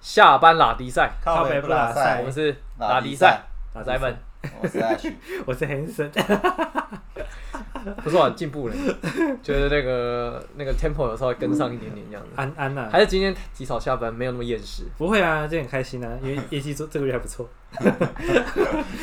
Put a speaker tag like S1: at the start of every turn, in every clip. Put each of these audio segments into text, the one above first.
S1: 下班拉迪赛，
S2: 靠北不拉塞
S1: 我们是
S2: 拉
S1: 拉
S2: 迪
S1: 迪
S2: 赛
S1: 赛，拉塞们，
S2: 我是 Ash，
S3: 我是 Hanson，
S1: 不错、啊，进步了，觉得那个那个 tempo 有稍微跟上一点点这样子。
S3: 安安呐、
S1: 还是今天及早下班，没有那么厌世，
S3: 不会啊，就很开心啊，因为业绩做这个月还不错，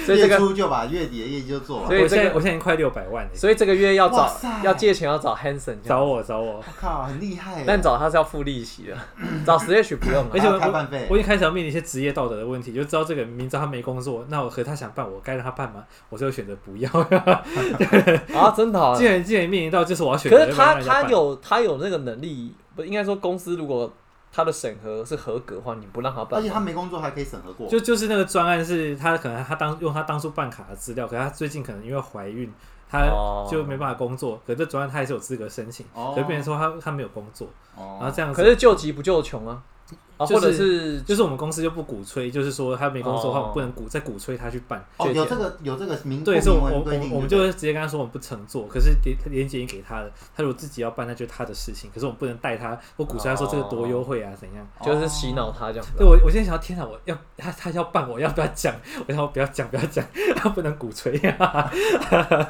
S1: 所以这
S2: 月
S1: 个
S2: 初就把月底的业绩就做完。
S1: 所以
S3: 我
S1: 这
S3: 现
S1: 个
S3: 在我现在已经快六百万了，
S1: 所以这个月要
S2: 哇
S1: 找
S2: 塞
S1: 要借钱要找 Hanson，这样
S3: 找我找我，
S2: 我靠，很厉害耶！
S1: 但找他是要付利息的，找 Slash 不用了
S3: 而且我
S2: 开办费
S3: 我我已经开始要面临一些职业道德的问题，就知道这个人明知道他没工作，那我和他想办，我该让他办吗？我最后选择不要。
S1: 啊，真的啊。
S3: 既然既然面临到就是我要选择
S1: 可
S3: 要
S1: 是
S3: 不要让
S1: 他
S3: 人家办，
S1: 他有他有那个能力，不应该说公司如果他的审核是合格的话，你不让他
S2: 而
S1: 办
S2: 且，他没工作还可以审核过，
S3: 就就是那个专案是他可能他当用他当初办卡的资料，可是他最近可能因为怀孕，他
S1: 哦
S3: 就没办法工作，可是这专案他还是有资格申请，
S2: 哦
S3: 可是别人说他他没有工作，然后
S2: 哦，
S3: 这样子
S1: 可是救急不救穷啊，啊，
S3: 就是
S1: 或者是
S3: 就是我们公司就不鼓吹，就是说他没工作的话，
S1: 哦
S3: 我们不能鼓再鼓吹他去办。
S2: 哦
S1: 借钱
S2: 有这个有这个明
S3: 对，所以我们
S2: 明文
S3: 我
S2: 规
S3: 们
S2: 定，
S3: 我们就
S2: 对
S3: 会直接跟他说我们不乘坐，可是连连接已经给他了，他如果自己要办，那就是他的事情。可是我们不能带他，我鼓吹他说这个多优惠啊，怎样？
S2: 不对
S1: 就是洗脑他这样子啊
S3: 对我，我现在想到，天哪！我要他，他要办，我要不要讲？ 我要不要讲？不要讲，他不能鼓吹 啊！
S1: 啊。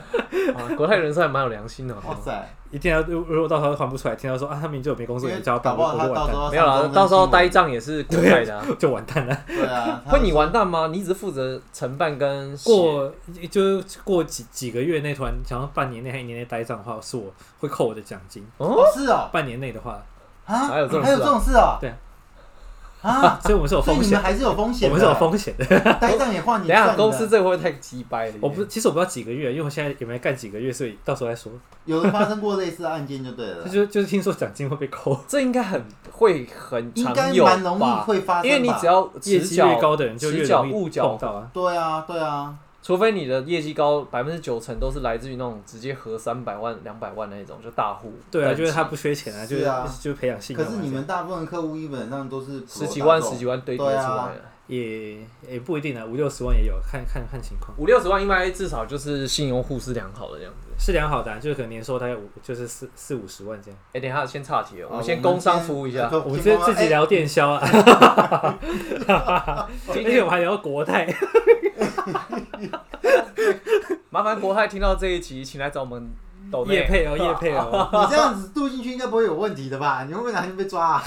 S1: 国泰人寿还蛮有良心的哦，
S2: 哇塞，
S3: 一定要，如如果到时候还不出来，听到说啊，他明明就没工
S2: 因
S3: 作，你
S2: 为
S3: 就要
S2: 搞
S3: 办，
S2: 不
S3: 我
S2: 好他
S3: 就
S2: 到
S3: 完
S2: 时
S3: 蛋，
S2: 候
S1: 没有啦，
S2: 上
S1: 到时候
S2: 中
S1: 呆
S2: 跟新
S1: 账也是国泰的啊，
S3: 就完蛋了。
S2: 闻对啊，他
S1: 会你完蛋吗？你只负责承办跟 写
S3: 过就是过几几个月内，突然想要半年内、还一年内呆账的话，是我会扣我的奖金。
S1: 哦，
S2: 哦是哦
S3: 半年内的话，
S2: 啊，
S1: 还有这种事啊
S2: 还有这种事哦，
S3: 对啊
S2: 啊，
S3: 所以我们是有
S2: 所以
S3: 风
S2: 你
S3: 险
S2: 们，还是有风险
S3: 我
S2: 的，
S3: 们是有风险的。
S2: 呆账也换你
S1: 等一下
S2: 算的，
S1: 公司这个会不会太鸡掰了一点？
S3: 我不，其实我不知道几个月，因为我现在也没干几个月，所以到时候再说。
S2: 有人发生过类似的案件就对啊了
S3: 就，是就是听说奖金会被扣，
S1: 这应该很会很
S2: 应
S1: 常
S2: 该
S1: 有
S2: 蛮容易
S1: 吧？
S2: 会发生吧，
S1: 因为你只要
S3: 业
S1: 持
S3: 绩
S1: 缴
S3: 越高的人就越
S1: 迟缴
S3: 容易
S1: 误
S3: 碰
S1: 缴，
S3: 到啊。
S2: 对啊对啊，
S1: 除非你的业绩高，百分之九成都是来自于那种直接合三百万、两百万那一种，就大户。
S3: 对啊，
S1: 等级
S3: 就是他不缺钱啊，就是
S2: 啊
S3: 就培养信
S2: 可
S3: 用啊。
S2: 是你们大部分客户基本上都是
S1: 十几
S2: 普罗
S1: 万、
S2: 大众
S1: 十几万堆叠出
S2: 对
S1: 来
S2: 啊
S1: 的，
S3: 也也不一定啊，五六十万也有，看看看情况。
S1: 五六十万应该至少就是信用户是良好的这样子。
S3: 是良好的、啊，就是可能年收大概五就是四四五十万这样。
S1: 哎，等一下先岔题了，
S2: 啊
S1: 我们先工商服务一下。
S2: 我
S3: 我
S2: 们
S3: 们
S2: 先
S3: 这
S2: 啊
S3: 自己聊电销啊，而
S1: 今
S3: 且
S1: 天
S3: 我们还聊国泰。
S1: 麻烦国泰听到这一集，请来找我们抖内
S3: 叶配哦，叶配 哦，
S2: 你这样子录进去应该不会有问题的吧？你会不会哪天被抓啊？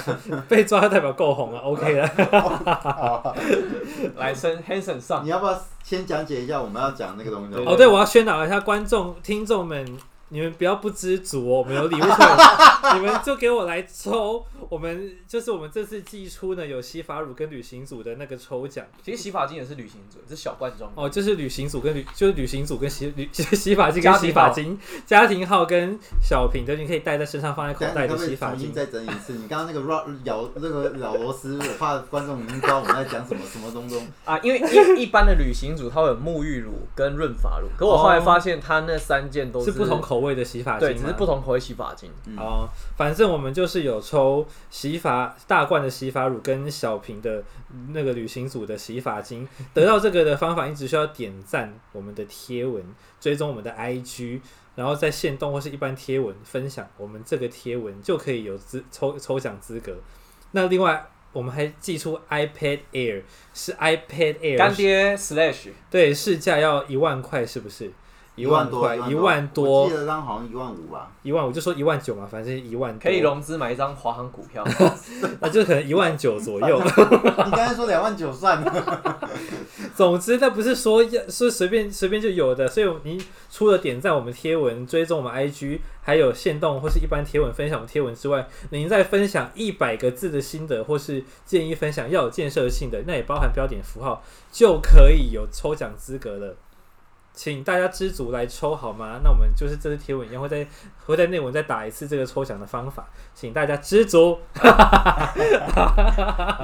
S3: 被抓代表够红了，OK 了。
S1: 来生 Hanson 上
S2: 你要不要先讲解一下我们要讲那个东西？
S1: 对
S3: 哦，对，我要宣导一下观众、听众们，你们不要不知足哦，我们有 礼物可以，你们就给我来抽。我们就是我们这次寄出呢，有洗发乳跟旅行组的那个抽奖
S1: 其实洗发精也是旅行者，是小罐装。
S3: 哦，就是旅行组跟旅就是旅行组跟洗旅洗发精跟
S1: 家庭
S3: 洗发精，家庭号跟小瓶的，你可以带在身上放在口
S2: 等下
S3: 袋
S2: 你可
S3: 的
S2: 不可
S3: 洗
S2: 以
S3: 发
S2: 重新
S3: 精。
S2: 再整理一次？你刚刚那个 ra- 咬那个咬螺丝，我怕观众已经知道我们在讲什么什么东东。
S1: 啊，因为一一般的旅行组它会有沐浴乳跟润发乳，可我后来
S3: 哦
S1: 发现它那三件都
S3: 是不同口味的洗发精
S1: 对，
S3: 吗，
S1: 只是不同口味洗发精。
S2: 嗯
S3: 哦，反正我们就是有抽洗发大罐的洗发乳跟小瓶的那个旅行组的洗发精。得到这个的方法，你只需要点赞我们的贴文，追踪我们的 IG，然后在线动或是一般贴文分享我们这个贴文，就可以有资抽抽奖资格。那另外。我们还寄出 iPad Air，是 iPad Air
S1: 干爹 slash
S3: 对，市价要一万块，是不是？一万
S2: 多，
S3: 块，一
S2: 万
S3: 万多
S2: 我记，得刚好像一万五吧。
S3: 一万，我就说一万九嘛，反正一万多
S1: 可以融资买一张华航股 票，
S3: 那就是可能一万九左 右。
S2: 你刚才说两万九算了，
S3: 总之，那不是说要说随便随便就有的，所以你除了点赞我们贴文、追踪我们 IG，还有限动或是一般贴文分享我们贴文之外，您再分享一百个字的心得或是建议分享要有建设性的，那也包含标点符号，就可以有抽奖资格了。请大家知足来抽好吗？那我们就是这次贴文一样会在会在内文再打一次这个抽奖的方法，请大家知足。
S1: 没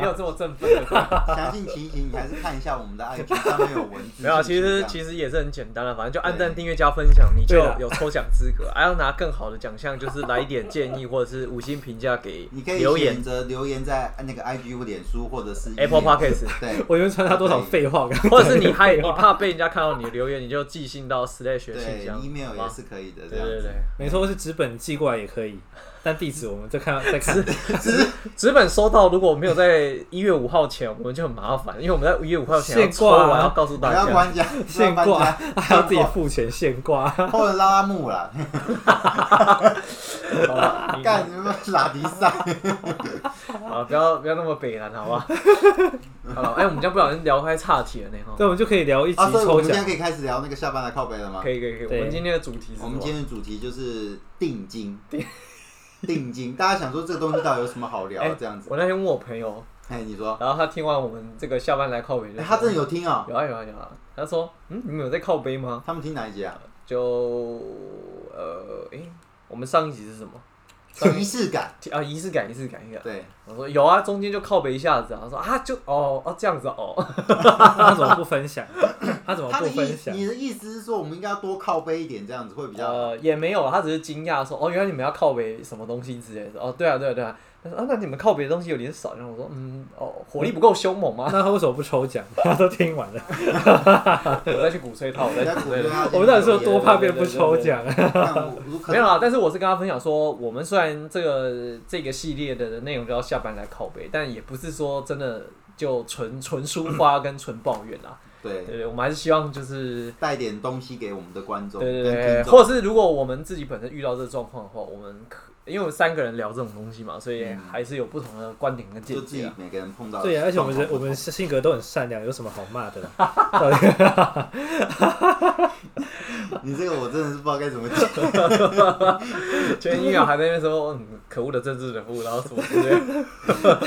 S1: 有这么振奋的。
S2: 详细情形你还是看一下我们的 IG 上面有文字。
S1: 没有，啊其实其实也是很简单的，反正就按赞、订阅、加分享，你就
S3: 对啦
S1: 有抽奖资格。还要拿更好的奖项，就是来一点建议或者是五星评价给
S2: 你可以
S1: 留言
S2: 选择留言在那个 IG 或脸书或者是
S1: Apple
S2: email
S1: Podcast，
S2: 对
S3: 我们传达多少废话？ 刚刚
S1: 或者是 你害你怕被人家看到你的留言，你就寄信到 slash 的信
S2: 对
S1: 箱
S2: ，email
S1: 好
S2: 也
S1: 吧
S2: 是可以的，这
S1: 对
S2: 样
S1: 对
S2: 子。
S1: 对。
S3: 没错，是纸本寄过来也可以。但地址我们再看再看。
S1: 纸本收到，如果没有在一月五号前，我们就很麻烦，因为我们在一月五号前要
S3: 现
S1: 抽
S3: 挂啊
S1: 完，要告诉
S2: 你
S1: 大
S2: 要
S1: 家。
S2: 搬家，
S3: 现
S2: 你要
S3: 挂
S2: 搬
S3: 还要 自己付钱现挂。
S2: 家，或者拉拉木啦，
S1: 好 吧你
S2: 干什么拉迪赛？
S1: 好，不要不要那么北蓝，好吧？ 好了，哎、我们这样不小心聊开岔题了呢哈。
S3: 对，我们就可以聊一集
S2: 啊，所以我
S3: 抽
S2: 们今
S3: 奖
S2: 天。可以开始聊那个下班的靠背了吗
S1: 可？以可啊以可以，
S3: 对
S1: 我们今天的主题是什么
S2: 我们今天的主题就是定金，定金，大家想说这个东西到底有什么好聊
S1: 哎？
S2: 这样子，
S1: 我那天问我朋友，
S2: 哎，你说，
S1: 然后他听完我们这个下班来靠北就说，
S2: 哎他真的有听啊？
S1: 有啊有啊有啊，他说，嗯，你们有在靠背吗？
S2: 他们听哪一集啊？
S1: 就呃，诶、我们上一集是什么？
S2: 仪式感，
S1: 啊，仪式感，仪式感，仪式感。
S2: 对，
S1: 我说有啊，中间就靠北一下子啊。他说啊，就哦哦这样子哦，
S3: 他怎么不 分享？他怎么
S2: 他
S3: 不
S2: 的
S3: 分
S2: 意，
S3: 享？
S2: 你的意思是说我们应该要多靠背一点，这样子会比较好。
S1: 呃也没有啊，他只是惊讶说哦，原来你们要靠北什么东西之类的。哦，对啊对啊对啊。他说啊，那你们靠北的东西有点少。然后我说嗯哦，火力不够凶 猛吗？
S3: 那他为什么不抽奖？ 他都听完了，
S1: 我再去鼓吹他，我再
S2: 人家
S1: 去
S2: 鼓
S1: 鼓吹
S2: 励
S1: 他。
S2: 他
S3: 我们到底是有多怕别人不抽奖啊？
S2: 看我如可
S1: 没有啊啦，但是我是跟他分享说，我们虽然这个这个系列的内容叫下班来拷贝，但也不是说真的就纯纯抒发跟纯抱怨啦。
S2: 对
S1: 对，对，我们还是希望就是
S2: 带点东西给我们的观众
S1: 对对
S2: 跟
S1: 对，
S2: 听
S1: 或
S2: 众。
S1: 者是如果我们自己本身遇到这个状况的话，我们可因为我们三个人聊这种东西嘛，所以还是有不同的观点跟见
S2: 嗯就自
S1: 解
S2: 己
S1: 啊。
S2: 每个人碰到的
S3: 对呀、而且我们人我们性格都很善良，有什么好 骂的啦？到底
S2: 你这个我真的是不知道该怎么讲。
S1: 就因为还在那边说，嗯，可恶的政治人物，然后什么之类的。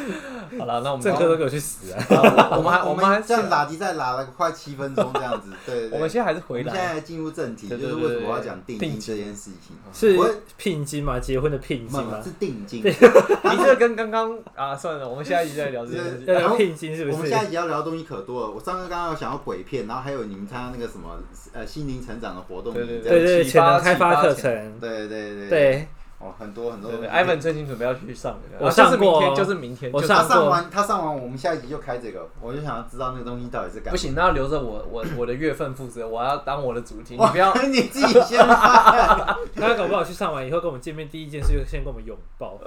S1: 好了，那我们
S3: 政客都给我去死啊！
S1: 好我们还
S2: 我
S1: 我们还
S2: 这样
S1: 是
S2: 打击赛打了快七分钟这样子，对对
S1: 我们
S2: 对。
S1: 现在还是
S2: 我
S1: 回
S2: 们现
S1: 来。
S2: 在进入正题，就
S1: 对对
S2: 是
S1: 对
S2: 为什
S1: 对
S2: 么
S1: 对
S2: 我要讲定
S1: 定
S2: 金
S1: 金
S2: 这件事情？
S3: 是
S2: 我
S3: 聘金吗？结婚的聘金
S2: 没有
S3: 吗？
S2: 是定金。
S1: 你这个跟刚刚啊，算了，我们下一集再聊这件事情。
S3: 要聊聘金是不
S2: 我们
S3: 是？
S2: 下一集要聊的东西可多了。我上次刚刚有想要鬼片，然后还有你们参加那个什么呃心灵成长的活动，
S1: 对对
S2: 这
S3: 对
S2: 样
S3: 对，
S1: 启
S3: 潜
S1: 发
S3: 能开发课
S1: 启
S3: 程，
S2: 对对对对，
S3: 对
S2: 哦，很多很多
S1: 对
S2: 东西。
S1: 对，Ivan 最近准备要去上了，
S3: 嗯我
S1: 啊就是
S3: 上过
S1: 明天
S3: 哦
S1: 就是明天，
S3: 我
S1: 就是
S2: 他
S3: 上过
S2: 上完他上完，我们下一集就开这个，我就想要知道那个东西到底是干
S1: 不
S2: 嘛。
S1: 行，那要留着我我我的月份负责，我要当我的 主题，你
S2: 哇，
S1: 不要
S2: 你自己先发。
S3: 大家搞不好去上完以后跟我们见面，第一件事就先跟我们拥抱，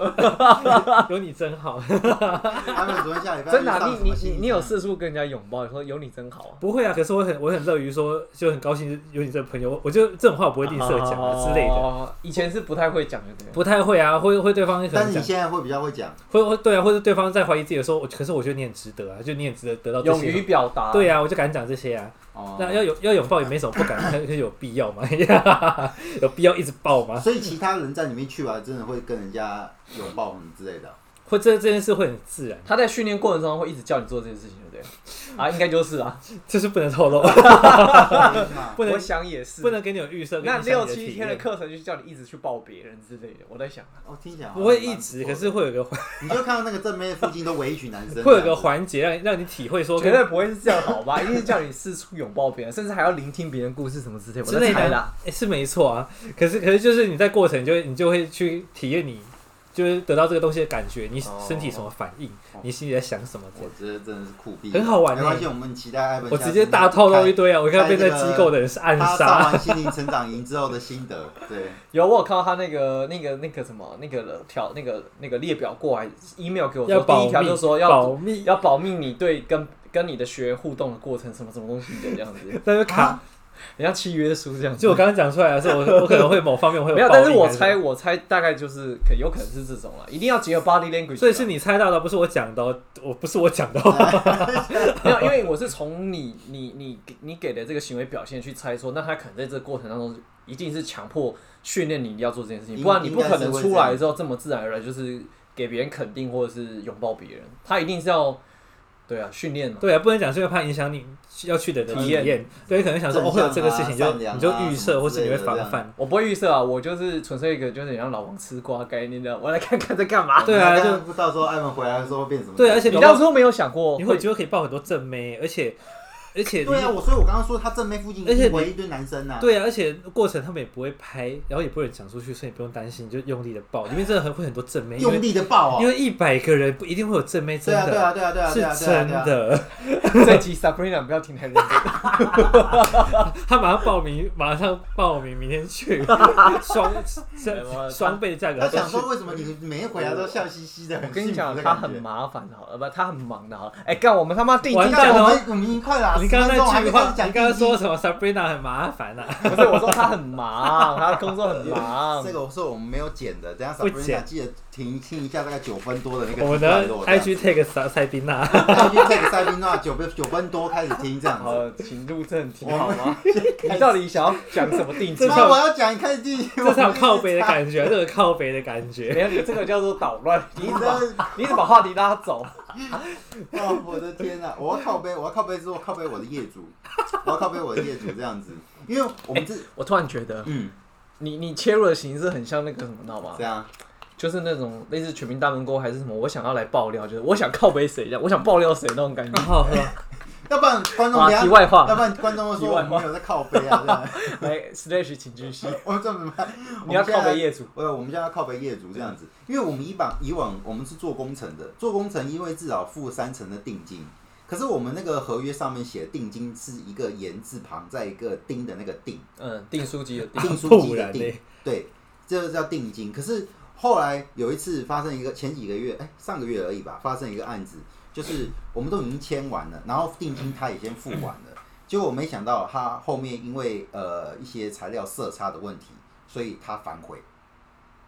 S3: 有你真好。
S2: Ivan 昨天下礼拜
S1: 真的
S2: 去
S1: 啊，
S2: 上
S1: 你
S2: 什
S1: 你
S2: 么心
S1: 你
S2: 灵
S1: 你有
S2: 成长
S1: 四处跟人家拥抱，你说有你真好啊，
S3: 不会啊，可是我很我很乐于说，就很高兴有你这个朋友，我就这种话我不会吝啬讲
S1: 哦
S3: 啊之类的，
S1: 的。以前是不太会讲的，对。
S3: 不太会啊，会会对方可
S2: 但是
S3: 能
S2: 你
S3: 讲，
S2: 现在会比较会讲，
S3: 会会对啊，或者对方在怀疑自己的时候，我可是我觉得你很值得啊，就你很值得得到这
S1: 勇于
S3: 些。
S1: 表达，
S3: 对啊，我就敢讲这些啊。
S2: 哦
S3: 那要有要拥抱也没什么不敢， 但是有必要吗？ 有必要一直抱吗？
S2: 所以其他人在里面去玩，真的会跟人家拥抱什么之类 的。
S3: 会这这件事会很自然，
S1: 他在训练过程中会一直叫你做这件事情，对不对？ 啊，应该就是啊，
S3: 就是不能透露， 不能
S1: 我想也是
S3: 不。能给你有预设。
S1: 那
S3: 跟你想
S1: 六
S3: 你的
S1: 七
S3: 体
S1: 天的
S3: 验
S1: 课程就叫你一直去抱别人之类的，我在想，
S2: 哦，听起来好像
S3: 不会
S2: 蛮
S3: 一
S2: 不
S3: 直，
S2: 错
S3: 可
S2: 的
S3: 是会有个
S2: 你就看到那个正面附近都围一群男生，
S3: 会有个环节让你让你体会说
S1: 绝对不会是这样，好吧？一定是叫你四处拥抱别人，甚至还要聆听别人故事什么之类，我
S3: 之
S1: 在
S3: 类
S1: 猜
S3: 的
S1: 啦。
S3: 欸是没错啊。可是可是就是你在过程你就会你就会去体验你。就是得到这个东西的感觉，你
S2: 哦
S3: 身体什么反应，
S2: 哦
S3: 你心里在想什么之类
S2: 我
S3: 的，
S2: 觉得真的是酷毙，
S3: 很好玩欸
S2: 没关系，我们期待艾文。
S3: 我直接大透露一堆啊！我看被
S2: 开
S3: 在
S2: 这个
S3: 机构的人是暗
S2: 他上
S3: 杀，
S2: 完心灵成长营之后的心得，对，
S1: 有我有看到他那个那个那个什么那个条那个那个列表过来，email 给我
S3: 要
S1: 说，第
S3: 保
S1: 一条就
S3: 密，
S1: 说要
S3: 保密，
S1: 要保密你对跟跟你的学员互动的过程什么什么东西的这样子，
S3: 但是 卡。
S1: 啊很像契约书这样子。
S3: 就我刚刚讲出来的时候，我我可能会某方面我会有
S1: 没有，
S3: 暴力
S1: 但是我
S3: 还什么
S1: 猜，我猜大概就是可有可能是这种了，一定要结合 body language 啊。
S3: 所以是你猜到的，不是我讲的哦，我不是我讲的哦。
S1: 没有，因为我是从你你你给你给的这个行为表现去猜说，那他可能在这个过程当中一定是强迫训练你要做这件事情，
S2: 应
S1: 不然你不可
S2: 应
S1: 能
S2: 该是会
S1: 出来之后这么自然而然就是给别人肯定或者是拥抱别人，他一定是要对啊训练嘛。
S3: 对啊，不能讲是因为怕影响你要去的人的体
S1: 体
S3: 验。对，可能想说
S2: 正向啊
S3: 哦，会有这个事情，就
S2: 善良啊
S3: 你就
S2: 什
S3: 预设，
S2: 么
S3: 或
S2: 之
S3: 是
S2: 类
S3: 你
S2: 的
S3: 会防范。
S1: 我不会预设啊，我就是纯粹一个就是像老王吃瓜概念的，我来看看在干嘛。啊
S3: 对啊
S2: 那这样不到时候艾文回来的时候会变什么？
S3: 对，而且
S1: 你
S3: 搞不好
S1: 当初没有想过
S3: 你
S1: 会
S3: 会觉得可以抱很多正妹，而且而且
S2: 对啊，我所以我刚刚说他正妹附近
S3: 而且
S2: 一
S3: 你
S2: 围一堆男生啊，
S3: 对啊，而且过程他们也不会拍，然后也不会有人讲出去，所以你不用担心，你就用力的抱，里面真的很会很多正妹，因
S2: 用
S3: 为
S2: 力的抱
S3: 因
S2: 哦。
S3: 为一百个人不一定会有正妹，真
S2: 对啊，对
S3: 的
S2: 啊，对啊，对啊，
S3: 是
S2: 对啊，对啊
S3: 真
S2: 对啊，
S3: 的，
S1: 这集 Sabrina 不要听太认真，
S3: 他马上报名，马上报名，明 天去双双双倍价格
S2: 他
S3: 都
S2: 想
S3: 去
S2: 说，为什么你每一回来都笑嘻嘻的，
S1: 我
S2: 很
S1: 跟你
S2: 幸福
S1: 讲，
S2: 的
S1: 他
S2: 感
S1: 很
S2: 觉。
S1: 麻烦的，好了，不，他很忙的，好了。哎，干，我们他妈第一
S3: 完
S1: 集
S2: 你
S3: 蛋
S2: 看
S3: 了
S2: 我
S3: 哦
S2: 们我们已经快了，
S3: 你刚
S2: 10
S3: 刚
S2: 分钟
S3: 那
S2: 还
S3: 句
S2: 没
S3: 话
S2: 开始，讲
S3: 你刚刚
S2: 第一
S3: 说
S2: 集
S3: 什么？Sabrina 很麻烦啊，
S1: 不是我说他很忙，他的工作很忙
S2: 这。个是我们没有剪的，等一下
S3: 不剪
S2: Sabrina 记得听听一下，大概九分多的那个。
S3: 我们的 IG take 塞塞宾娜，
S2: IG 这个塞宾娜九分九分多开始听这样
S1: 好
S2: 子。
S1: 了，请入正题好吗？ 你到底想要讲什么定制？
S3: 这
S2: 那我要讲开第一，
S3: 这场靠
S2: 背
S3: 北的感觉，这个靠北的感觉。
S1: 没有，你这个叫做捣乱，你
S2: 你
S1: 一直把
S2: 的
S1: 你一直把话题拉走。
S2: 哦，我的天啊！我要靠背，我要靠背之后靠背我的业主，我要靠背我的业主这样子，因为我们这、
S1: 我突然觉得，
S2: 嗯
S1: 你你切入的形式很像那个什么，你知道吗
S2: 这？样，
S1: 就是那种类似全民大闷锅还是什么，我想要来爆料，就是我想靠背谁这样，我想爆料谁那种感觉
S3: 然。后
S2: 要不然观众
S1: 啊
S2: 等一下
S1: 题外话
S2: 要不然观众会
S1: 题
S2: 说我
S1: 外话
S2: 们没有在靠背啊，这样，
S1: 来，Slash，请继续。
S2: 我们怎么办？
S1: 你要
S2: 我们现在
S1: 靠背业主，
S2: 呃，我们家要靠背业主这样子，因为我们以往以往我们是做工程的，做工程因为至少付三成的定金，可是我们那个合约上面写定金是一个言字旁再一个丁的那个定，
S1: 嗯，订书机的欸订，
S2: 订书
S3: 不
S2: 机的
S3: 然
S2: 订
S3: 呢，？
S2: 对，这个叫定金。可是后来有一次发生一个前几个月，哎、上个月而已吧，发生一个案子，就是我们都已经签完了，然后定金他也先付完了，结果没想到他后面因为呃一些材料色差的问题，所以他反悔。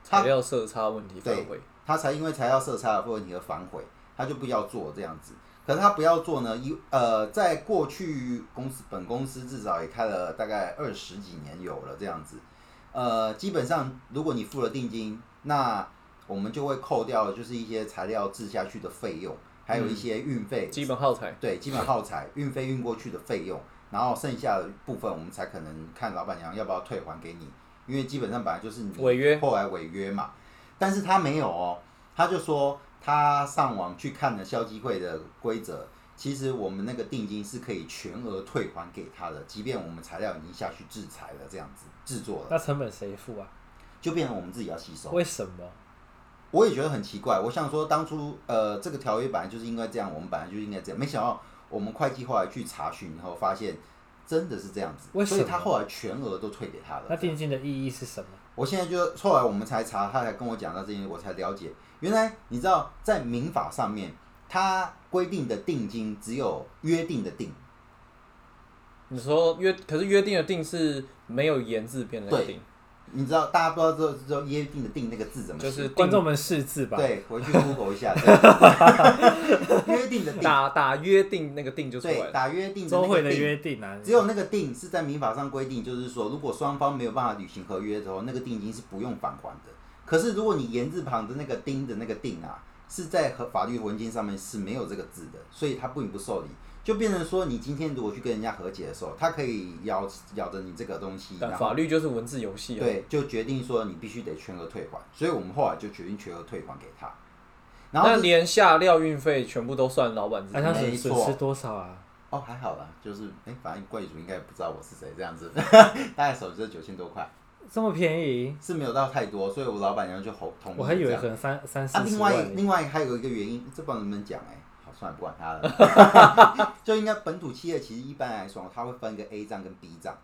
S2: 他
S1: 材料色差问题
S2: 对
S1: 范围。
S2: 他才因为材料色差的问题而反悔，他就不要做这样子。可是他不要做呢，一呃，在过去公司本公司至少也开了大概二十几年有了这样子，呃，基本上如果你付了定金，那我们就会扣掉就是一些材料制下去的费用，还有一些运费，
S1: 嗯基本耗材，
S2: 对，基本耗材、运费运过去的费用，然后剩下的部分我们才可能看老板娘要不要退还给你，因为基本上本来就是你
S1: 违约
S2: 后来违约嘛。但是他没有哦，他就说他上网去看了消基会的规则，其实我们那个定金是可以全额退还给他的，即便我们材料已经下去制裁了，这样子制作了，
S3: 那成本谁付啊？
S2: 就变成我们自己要吸收。
S3: 为什么？
S2: 我也觉得很奇怪。我想说，当初呃，这个条约本来就是应该这样，我们本来就应该这样。没想到我们会计后来去查询以后，发现真的是这样子，
S3: 为什
S2: 所
S3: 么
S2: 以他后来全额都退给他
S3: 那
S2: 了。
S3: 定金的意义是什么？
S2: 我现在就后来我们才查，他才跟我讲到这些，我才了解，原来你知道在民法上面，它规定的定金只有约定的定，
S1: 你说约，可是约定的定是没有言字边的
S2: 对
S1: 定，
S2: 你知道大家不知道这这约定的定那个字怎么写？
S1: 就是定
S3: 观众们识字吧。
S2: 对，回去 Google 一下，对约定的定，
S1: 打打约定那个定就出来
S2: 对，
S1: 了。
S2: 打约定的那
S3: 周
S2: 个
S3: 会的
S2: 定
S3: 约定啊，
S2: 只有那个定是在民法上规定，就是说，如果双方没有办法履行合约的时候，那个定金是不用返还的。可是如果你言字旁的那个“丁”的那个“定”啊，是在和法律文件上面是没有这个字的，所以它并不受理，就变成说，你今天如果去跟人家和解的时候，他可以咬咬着你这个东西，
S1: 但
S2: 然后
S1: 法律就是文字游戏啊。
S2: 对，就决定说你必须得全额退还。所以我们后来就决定全额退还给他。然后哎
S1: 那
S2: 就
S1: 连下料运费全部都算老板自
S3: 那
S1: 己。
S3: 他
S2: 没
S3: 损
S2: 错
S3: 损失多少啊？
S2: 哦，还好啦，就是哎、反正柜主应该也不知道我是谁这样子， 大概手持九千多块。
S3: 这么便宜，
S2: 是没有到太多，所以我老板娘就同同意
S3: 我还以
S2: 这
S3: 为
S2: 样
S3: 可能三三
S2: 啊，
S3: 四十
S2: 另外
S3: 万呢。
S2: 另外还有一个原因，这不知道能不能讲哎、好，算了，不管 他了。就应该本土企业其实一般来说，它会分个 A 账跟 B 账，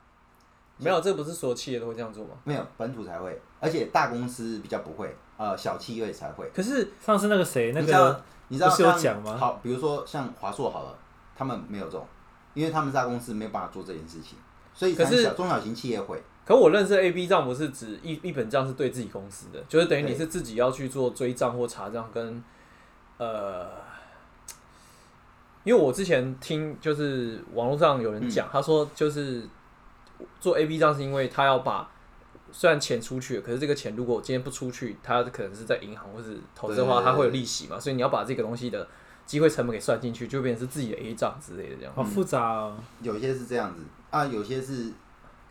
S1: 没有，这不是所有企业都会这样做吗？
S2: 没有本土才会，而且大公司比较不会，呃，小企业才 会。
S1: 可是
S3: 上次那个谁，那
S2: 你知道
S3: 个
S2: 你知道
S3: 不是有
S2: 像
S3: 讲吗
S2: 好，比如说像华硕好了，他们没有这种，因为他们大公司没有办法做这件事情，所以才
S1: 可是
S2: 小中小型企业会。
S1: 可我认识 A B 账不是指一一本账是对自己公司的，就是等于你
S2: 对
S1: 是自己要去做追账或查账跟呃，因为我之前听就是网络上有人讲，
S2: 嗯
S1: 他说就是做 A B 账是因为他要把虽然钱出去了，可是这个钱如果我今天不出去，他可能是在银行或是投资的话，
S2: 对对对
S1: 它会有利息嘛，所以你要把这个东西的机会成本给算进去，就变成是自己的 A 账之类的这样。
S3: 好复杂哦，
S2: 有些是这样子啊，有些是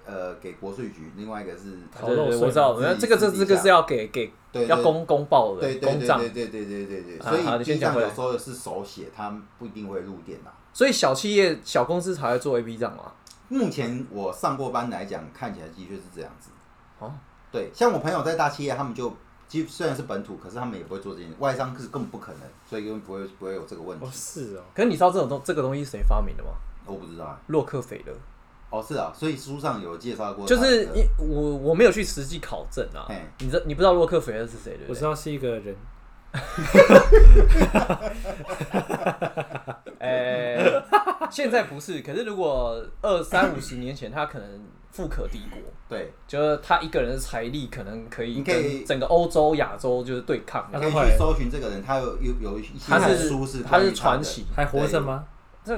S2: 呃给国税局，另外一个是
S1: 啊
S3: 逃
S1: 对
S3: 漏
S1: 对，
S3: 税
S1: 我知道，
S2: 嘛
S1: 那
S2: 自己
S1: 这个这
S2: 私底
S1: 这个
S2: 下
S1: 是要给给
S2: 对
S1: 要
S2: 对
S1: 公公报的
S2: 对对
S1: 公
S2: 对
S1: 账，
S2: 对对对对对对，所
S1: 啊好
S2: 以
S1: 你先
S2: 记
S1: 讲
S2: 账
S1: 回来
S2: 有时候是手写，他们不一定会入电脑。啊
S1: 所以小企业小公司才会做 A B 账嘛。
S2: 目前我上过班来讲，看起来的确是这样子。
S1: 哦，
S2: 对，像我朋友在大企业，他们就基虽然是本土，可是他们也不会做这件事，外商是根本不可能，所以根本不会不会有这个问题。
S3: 哦，是哦，
S1: 可是你知道这种东这个东西是谁发明的吗？
S2: 我不知道啊，
S1: 洛克菲勒，
S2: 哦是啊，所以书上有介绍过他
S1: 就
S2: 的，
S1: 是一我我没有去实际考证啊
S2: 嘿。
S1: 你这你不知道洛克菲勒是谁对不
S3: 我知
S1: 对？
S3: 道是一个人，
S1: 哎， 现在不是，可是如果二三五十年前，他可能富可敌国，
S2: 对，
S1: 就是他一个人的财力可能可以
S2: 你可以
S1: 跟整个欧洲、亚洲就是对抗
S3: 那
S2: 可以
S3: 他后来
S2: 去搜寻这个人，他有有有一些
S1: 他是
S2: 书是
S1: 他
S2: 关于
S1: 是
S2: 的
S1: 传，奇，
S3: 还活着吗？
S1: 这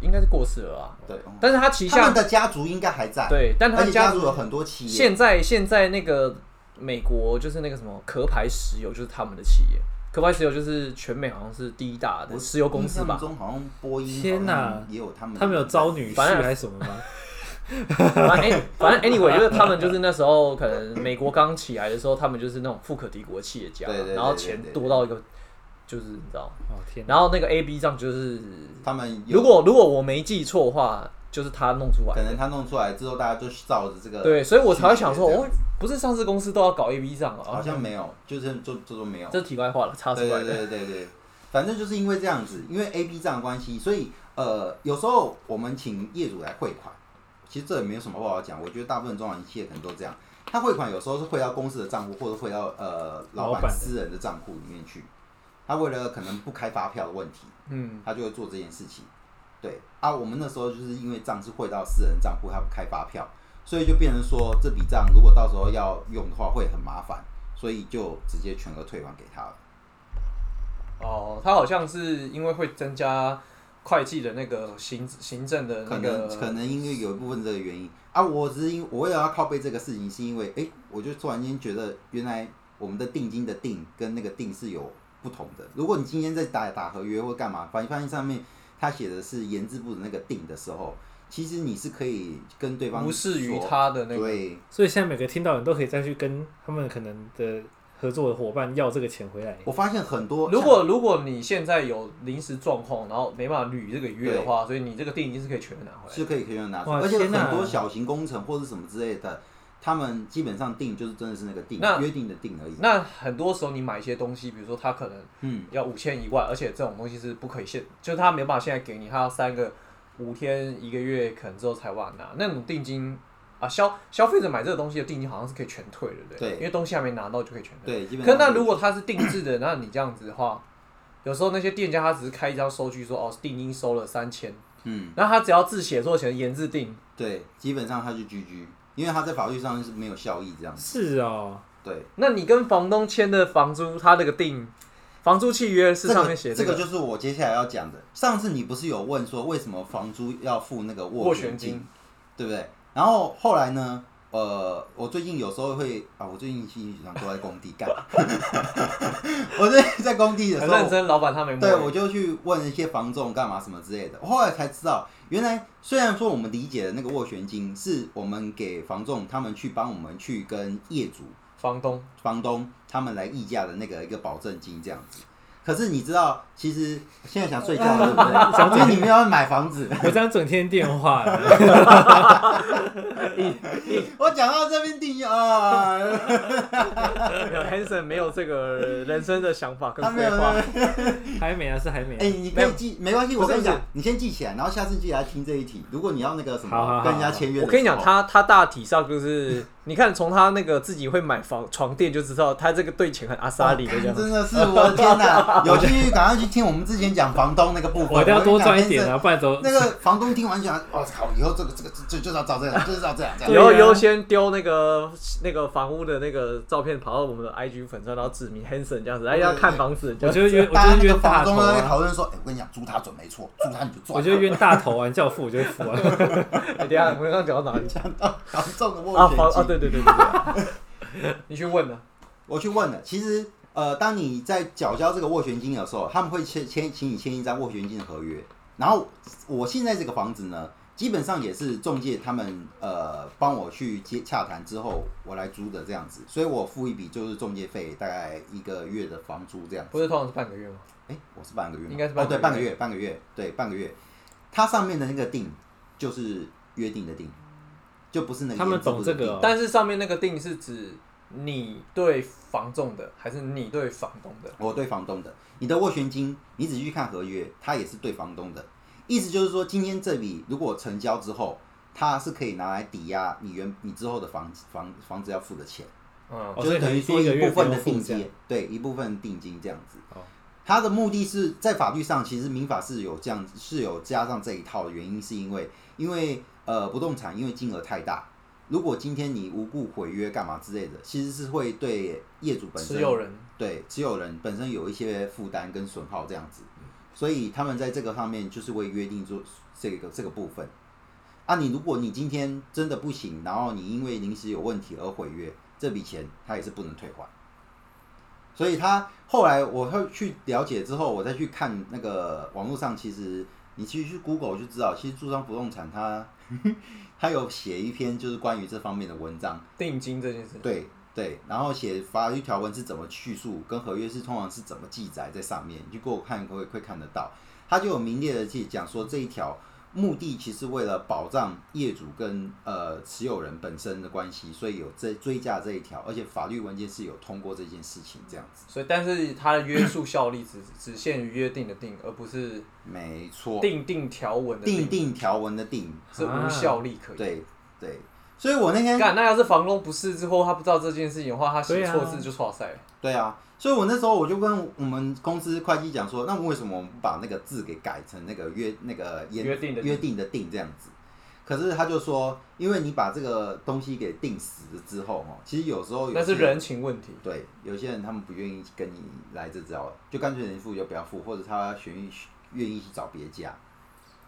S1: 应该是过世了啊。
S2: 对，哦
S1: 但是他旗
S2: 他
S1: 下
S2: 们的家族应该还在，
S1: 对，但他
S2: 而且
S1: 家
S2: 家
S1: 族
S2: 族有很多企业，
S1: 现在现在那个美国就是那个什么壳牌石油，就是他们的企业。壳牌石油就是全美好像是第一大的
S2: 我
S1: 石油公司
S2: 印象
S1: 吧？
S2: 嗯中好像波音，
S3: 天哪
S2: 哪，也有他们，
S3: 他们有招女
S1: 反
S3: 婿
S1: 正
S3: 还是什么吗？
S2: 嗯
S1: 反 正 any- 反正 anyway，就是他们就是那时候可能美国刚起来的时候，他们就是那种富可敌国的企业家，
S2: 对对对
S1: 然后
S2: 对
S1: 钱
S2: 对
S1: 多到一个就是你知道，
S3: 哦天哪，
S1: 然后那个 A B 账就是，
S2: 他们有
S1: 如果如果我没记错的话，就是他弄出来
S2: 可
S1: 的。
S2: 能他弄出来之后，大家就照着这个，
S1: 对，所以我才会想说，
S2: 这样
S1: 哦，不是上市公司都要搞 A B 账
S2: 好
S1: 啊？
S2: 像没有，就是就就说没有，
S1: 这题外话了，插出
S2: 对
S1: 来
S2: 对对
S1: 的。
S2: 对对，反正就是因为这样子，因为 A B 账的关系，所以呃，有时候我们请业主来汇款，其实这也没有什么不好讲，我觉得大部分中小型企业可能都这样，他汇款有时候是汇到公司的账户，或者汇到呃老
S3: 老板
S2: 板
S3: 的
S2: 私人的账户里面去，他为了可能不开发票的问题，
S1: 嗯，
S2: 他就会做这件事情。对啊，我们那时候就是因为账是汇到私人账户，他不开发票，所以就变成说这笔账如果到时候要用的话会很麻烦，所以就直接全额退还给他了。
S1: 哦，他好像是因为会增加会计的那个行行政的
S2: 可
S1: 那
S2: 能
S1: 个，
S2: 可能因为有一部分这个原因啊，我只是因我为了要靠背这个事情，是因为哎、诶我就突然间觉得原来我们的定金的定跟那个定是有不同的。如果你今天在打打合约或干嘛，反正发现上面他写的是言之部的那个定的时候，其实你是可以跟对方
S1: 无视于
S2: 说
S1: 他的那个。
S2: 对
S3: 所以现在每个听到人都可以再去跟他们可能的合作的伙伴要这个钱回来。
S2: 我发现很多
S1: 如果如果你现在有临时状况，然后没办法履这个约的
S2: 对
S1: 话，所以你这个定金是可以全部拿回来的。
S2: 是可以可以拿出，
S3: 哇
S2: 而且
S3: 天哪
S2: 很多小型工程或者什么之类的，他们基本上定就是真的是那个定
S1: 那
S2: 约定的定而已。
S1: 那很多时候你买一些东西，比如说他可能
S2: 嗯，
S1: 要五千一万，而且这种东西是不可以现，就是他没办法现在给你，他要三个五天一个月，可能之后才完拿。那种定金啊，消消费者买这个东西的定金好像是可以全退的，对不
S2: 对
S1: 因为东西还没拿到就可以全退。
S2: 对，基本
S1: 可
S2: 上
S1: 那如果它是定制的，那你这样子 的话，有时候那些店家他只是开一张收据说哦定金收了三千，
S2: 嗯。
S1: 然后他只要字写作成言字定，
S2: 对，基本上他就 GG，因为他在法律上是没有效益这样子。
S3: 是哦，
S2: 对，
S1: 那你跟房东签的房租他那个定房租契约是上面写
S2: 这
S1: 个
S2: 个就是我接下来要讲的。上次你不是有问说为什么房租要付那个斡
S1: 斡
S2: 旋
S1: 旋
S2: 金，
S1: 金，
S2: 对不对？然后后来呢，呃，我最近有时候会啊，我最近心里想都在工地 干，我最近在工地的时
S1: 很
S2: 候
S1: 认，真，老板他没摸欸
S2: 对，我就去问一些房仲干嘛什么之类的。我后来才知道，原来虽然说我们理解的那个斡旋金是我们给房仲他们去帮我们去跟业主
S1: 房东
S2: 房东他们来议价的那个一个保证金这样子。可是你知道，其实现在想睡觉了，对不
S3: 想
S2: 对？因为你们要买房子。
S3: 我这样整天电话呢，
S2: 我讲到这边定义啊，
S1: Hanson 没有这个人生的想法跟
S2: 他没
S1: 规
S2: 有。
S1: 划，
S2: 哎、
S3: 还美啊是还美啊、
S2: 你可以记，没关系，我跟你
S1: 不
S2: 讲
S1: 是，
S2: 你先记起来，然后下次记得来听这一题。如果你要那个什
S3: 好好
S2: 么
S3: 好
S2: 跟人家签约的时候，
S1: 我跟你讲，他他大体上就是，你看从他那个自己会买房床垫就知道，他这个对钱很阿莎里的这样。
S2: 真的是我的天哪！有兴趣赶快去听我们之前讲房东那个部分，
S3: 我一定要多赚
S2: 我
S3: 一
S2: 跟你
S3: 点
S2: 讲
S3: 啊，不然走
S2: 那个房东听完讲，我靠，以后这个这个就就就要照这样，就是要这样这样。
S3: 对
S1: 然后
S3: 啊
S1: 优先丢那个那个房屋的那个照片跑到我们的 IG 粉砖，然后指明 Hanson 这样子，哎，
S2: 对
S1: 要看房子，
S3: 我
S1: 就
S3: 就约， 我
S2: 大家
S3: 就
S2: 那
S3: 约
S2: 个
S3: 大
S2: 房
S3: 头
S2: 东在
S3: 啊，
S2: 讨论说，哎、我跟你讲，租他准没错，租他你就赚。
S3: 我就约大头啊，你叫我付我就 会付啊。
S1: 哎等一下我们刚刚讲到哪里？
S2: 房仲的
S1: 啊，
S2: 斡
S1: 房啊，
S2: 旋
S1: 对
S2: 金，
S1: 对对对对， 你去问啊了，
S2: 我去问了。其实，呃，当你在缴交这个斡旋金的时候，他们会签签请你签一张斡旋金的合约。然后，我现在这个房子呢，基本上也是中介他们呃帮我去接洽谈之后，我来租的这样子，所以我付一笔就是中介费，大概一个月的房租这样子。
S1: 不是通常是半个月吗？
S2: 哎，我是半个月吗，
S1: 应该是
S2: 哦，
S1: 半个
S2: 对，
S1: 月
S2: 半个月，半个月，对，半个月。它上面的那个定就是约定的定，就不是那个
S3: 他们
S2: 言字部的
S3: 懂这个
S2: 定
S3: 哦
S1: 但是上面那个定是指你对房仲的，还是你对房东的？
S2: 我对房东的，你的斡旋金，你仔细去看合约，它也是对房东的。意思就是说，今天这笔如果成交之后，它是可以拿来抵押你原你之后的房房房子要付的钱，
S1: 嗯，
S3: 哦
S2: 就
S3: 所
S2: 是
S3: 以
S2: 等于
S3: 你第
S2: 说
S3: 一个
S2: 一
S3: 月
S2: 部分
S3: 不
S2: 的
S3: 用付
S2: 定
S3: 这样
S2: 金，对，一部分定金这样子
S3: 哦。
S2: 它的目的是在法律上，其实民法是有这样是有加上这一套的原因，是因为因为呃不动产因为金额太大，如果今天你无故毁约干嘛之类的，其实是会对业主本身
S1: 持有人
S2: 对持有人本身有一些负担跟损耗这样子，所以他们在这个方面就是会约定做这个这个部分。啊，你如果你今天真的不行，然后你因为临时有问题而毁约，这笔钱他也是不能退还。所以他后来我会去了解之后，我再去看那个网络上，其实你其实去 Google 就知道，其实住商不动产它 它有写一篇就是关于这方面的文章。
S1: 定金这件事，
S2: 对对，然后写法律条文是怎么叙述，跟合约是通常是怎么记载在上面，你去给我看会会看得到。他就有明列的去讲说这一条目的其实为了保障业主跟呃持有人本身的关系，所以有这追加这一条，而且法律文件是有通过这件事情这样子。
S1: 所以但是它的约束效力只只限于约定的定，而不是
S2: 没错，
S1: 定定条文的
S2: 定定条文的定，
S1: 是无效力可以。
S2: 对对，所以我那天
S1: 干，那要是房东不是之后他不知道这件事情的话，他写错
S3: 对
S1: 字
S3: 啊
S1: 就错赛了。
S2: 对啊，所以我那时候我就跟我们公司会计讲说，那为什么我们不把那个字给改成那个约那个言
S1: 约定的定
S2: 约定的定这样子？可是他就说，因为你把这个东西给定死了之后哦，其实有时候有
S1: 那是
S2: 些
S1: 人情问题。
S2: 对有些人他们不愿意跟你来这招，就干脆连付就不要付，或者他愿意愿意去找别家。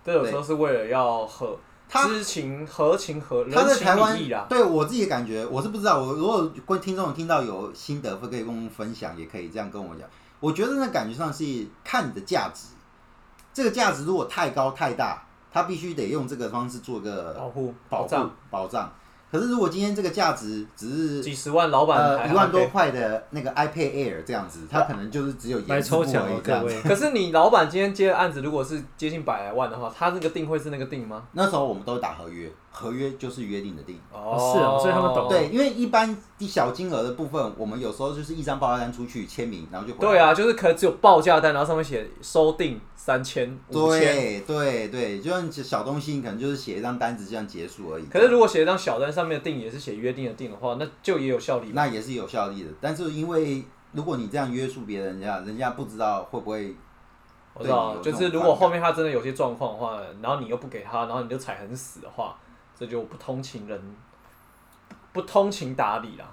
S1: 这有时候是为了要合
S2: 他
S1: 知情、合情合人
S2: 他在台
S1: 情
S2: 湾
S1: 礼义啊啦。
S2: 对我自己的感觉，我是不知道。我如果观听众听到有心得，会可以跟我们分享，也可以这样跟我讲。我觉得那感觉上是看你的价值，这个价值如果太高太大，他必须得用这个方式做
S1: 保
S2: 个
S1: 护
S2: 保
S1: 哦保
S2: 护
S1: 障
S2: 保障。可是如果今天这个价值只是
S1: 几十万，老板
S2: 呃
S1: 还
S2: 一万多
S1: OK
S2: 块的那个 iPad Air 这样子，他可能就是只有
S3: 来
S2: 颜值
S3: 抽
S2: 不
S3: 奖
S2: 而
S3: 哦
S2: 已，这
S3: 各
S2: 样。
S3: 位。
S1: 可是你老板今天接的案子，如果是接近百来万的话，他那个定会是那个定吗？
S2: 那时候我们都打合约，合约就是约定的定。
S1: 哦
S3: 是哦所以他们懂
S2: 对，因为一般小金额的部分，我们有时候就是一张报价单出去签名，然后就回来
S1: 对啊，就是可能只有报价单，然后上面写收定三千、五千。
S2: 对对对，就像小东西，你可能就是写一张单子这样结束而已。
S1: 可是如果写一张小单，上面的定也是写约定的定的话，那就也有效力嘛。
S2: 那也是有效力的，但是因为如果你这样约束别人家，人家不知道会不会
S1: 我知道，
S2: 对
S1: 就是如果后面他真的有些状况的话，然后你又不给他，然后你就踩很死的话，这就不通情人，不通情达理啦。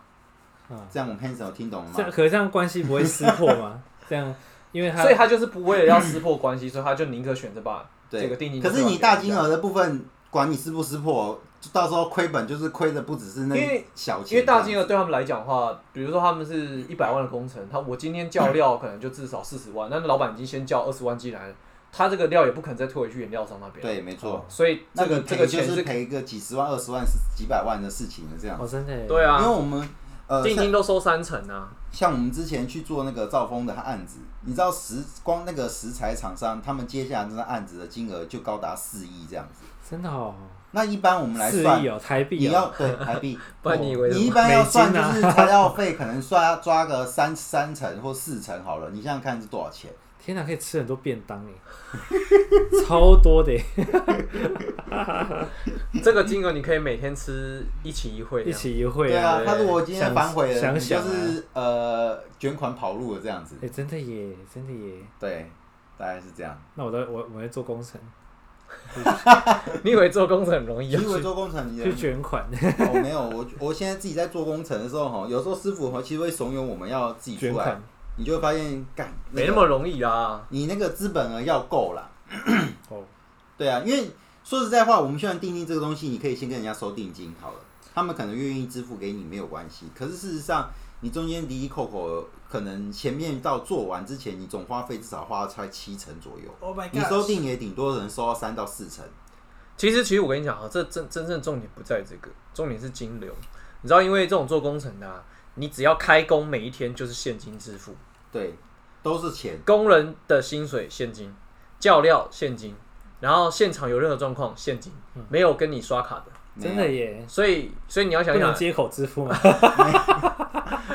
S2: 这样。我们 Hanson 有听懂
S3: 这
S2: 吗
S3: 样？可是这样关系不会撕破吗？这样，因为他
S2: 啊
S1: 所以他就是不为了要撕破关系，所以他就宁可选择把这个定
S2: 对，
S1: 金。
S2: 可是你大金，额的部分，管你撕不撕破，到时候亏本就是亏的不只是
S1: 因
S2: 那
S1: 为
S2: 小钱，
S1: 因为大金
S2: 额
S1: 额对他们来讲的话，比如说他们是一百万的工程，他我今天叫料可能就至少四十万，那老板已经先叫二十万进来了，他这个料也不可能再退回去原料商那边。，
S2: 对，没错，
S1: 所以这
S2: 那
S1: 个
S2: 你
S1: 哦这
S2: 赔
S1: 个
S2: 就
S1: 钱
S2: 是
S1: 是，
S2: 赔个几十万、二十万、几百万的事情了，这样。
S3: 哦，真的耶
S1: 对
S2: 因为
S1: 啊，
S2: 我们呃，
S1: 定金都收三成啊。，
S2: 像我们之前去做那个造风的案子，你知道石光那个石材厂商，他们接下来这个案子的金额就高达四亿这样子。
S3: 真的哦，
S2: 那一般我们来
S3: 四
S2: 算，
S3: 亿哦，台币
S2: 你
S3: 哦，
S2: 要对台币
S1: 不然你以为什么
S2: 你一般要算
S3: 美金啊
S2: 就是材料费，可能刷抓个三三成或四成好了。你想想看是多少钱？
S3: 天哪，可以吃很多便当耶， 超多的耶，
S1: 这个金额你可以每天吃一起一会这
S3: 一
S1: 样，
S3: 起一会
S2: 啊，
S1: 对
S2: 他如果今天
S3: 想
S2: 反悔了，
S3: 想
S2: 你就
S3: 想啊
S2: 是呃卷款跑路了这样子。
S3: 哎，真的耶，真的耶，
S2: 对，大概是这样。
S3: 那我都我我会做工程，
S1: 你以为做工程很容易
S2: 你
S1: 啊
S2: 以？为做工程你
S3: 去卷款，
S2: 我、哦、没有，我我现在自己在做工程的时候哈，有时候师傅哈其实会怂恿我们要自己
S3: 卷
S2: 出来
S3: 款，
S2: 你就会发现干
S1: 没那么容易啊。
S2: 你那个资本额要够啦。
S3: 哦，
S2: 对啊，因为说实在话，我们虽然定金这个东西，你可以先跟人家收定金好了，他们可能愿意支付给你没有关系。可是事实上，你中间离离扣扣，可能前面到做完之前，你总花费至少花了才七成左右。
S3: Oh my
S2: 你收定也顶多能收到三到四成，
S1: 其实，其实我跟你讲啊，这真真正重点不在这个，重点是金流。你知道，因为这种做工程的、啊，你只要开工每一天就是现金支付，
S2: 对，都是钱，
S1: 工人的薪水现金，教料现金，然后现场有任何状况现金，
S3: 嗯
S1: 没有跟你刷卡的。
S3: 真的耶，
S1: 所以，所以你要
S3: 不
S1: 想
S3: 能
S1: 想，
S3: 接口支 付吗？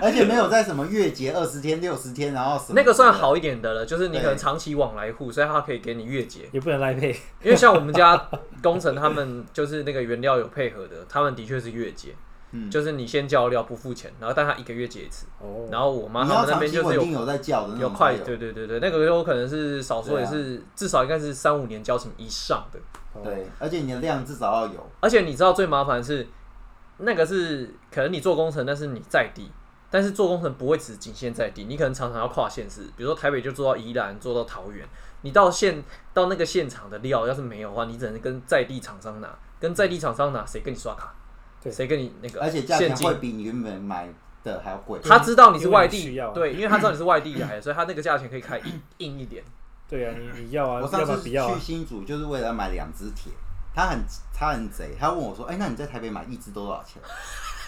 S2: 而且没有在什么月结二十天、六十天，然后什么
S1: 那个算好一点的了，就是你
S2: 对
S1: 可能长期往来户，所以他可以给你月结。
S3: 也不能赖配，
S1: 因为像我们家 工程，他们就是那个原料有配合的，他们的确是月结，
S2: 嗯
S1: 就是你先交料不付钱，然后但他一个月结一次。
S3: 哦，
S1: 然后我妈
S2: 你
S1: 他
S2: 要
S1: 们那
S2: 长
S1: 边
S2: 期
S1: 就是
S2: 稳定啊
S1: 有
S2: 有在叫的那
S1: 有
S2: 种才
S1: 快，
S2: 有
S1: 对对对对，那个有可能是少说也是、至少应该是三五年交情以上的。
S2: 对，而且你的量至少要有，
S1: 而且你知道最麻烦的是，那个是可能你做工程，但是你在地，但是做工程不会只仅限在地，你可能常常要跨县市，比如说台北就做到宜兰，做到桃园，你到现到那个现场的料要是没有的话，你只能跟在地厂商拿，跟在地厂商拿，谁跟你刷卡，
S3: 对
S1: 谁跟你那个
S2: 而且价
S1: 现
S2: 钱
S1: 金
S2: 会。比你原本买的还要贵。
S1: 他知道你是外
S3: 因为你需
S1: 地
S3: 要啊，
S1: 对，因为他知道你是外地 来的，所以他那个价钱可以开硬硬一点。
S3: 对啊，你你要啊，
S2: 我
S3: 要
S2: 上
S3: 不然
S2: 次
S3: 不要
S2: 去
S3: 啊？
S2: 新竹就是为了买两只铁，他很他很贼，他问我说：“哎、那你在台北买一只多少钱？”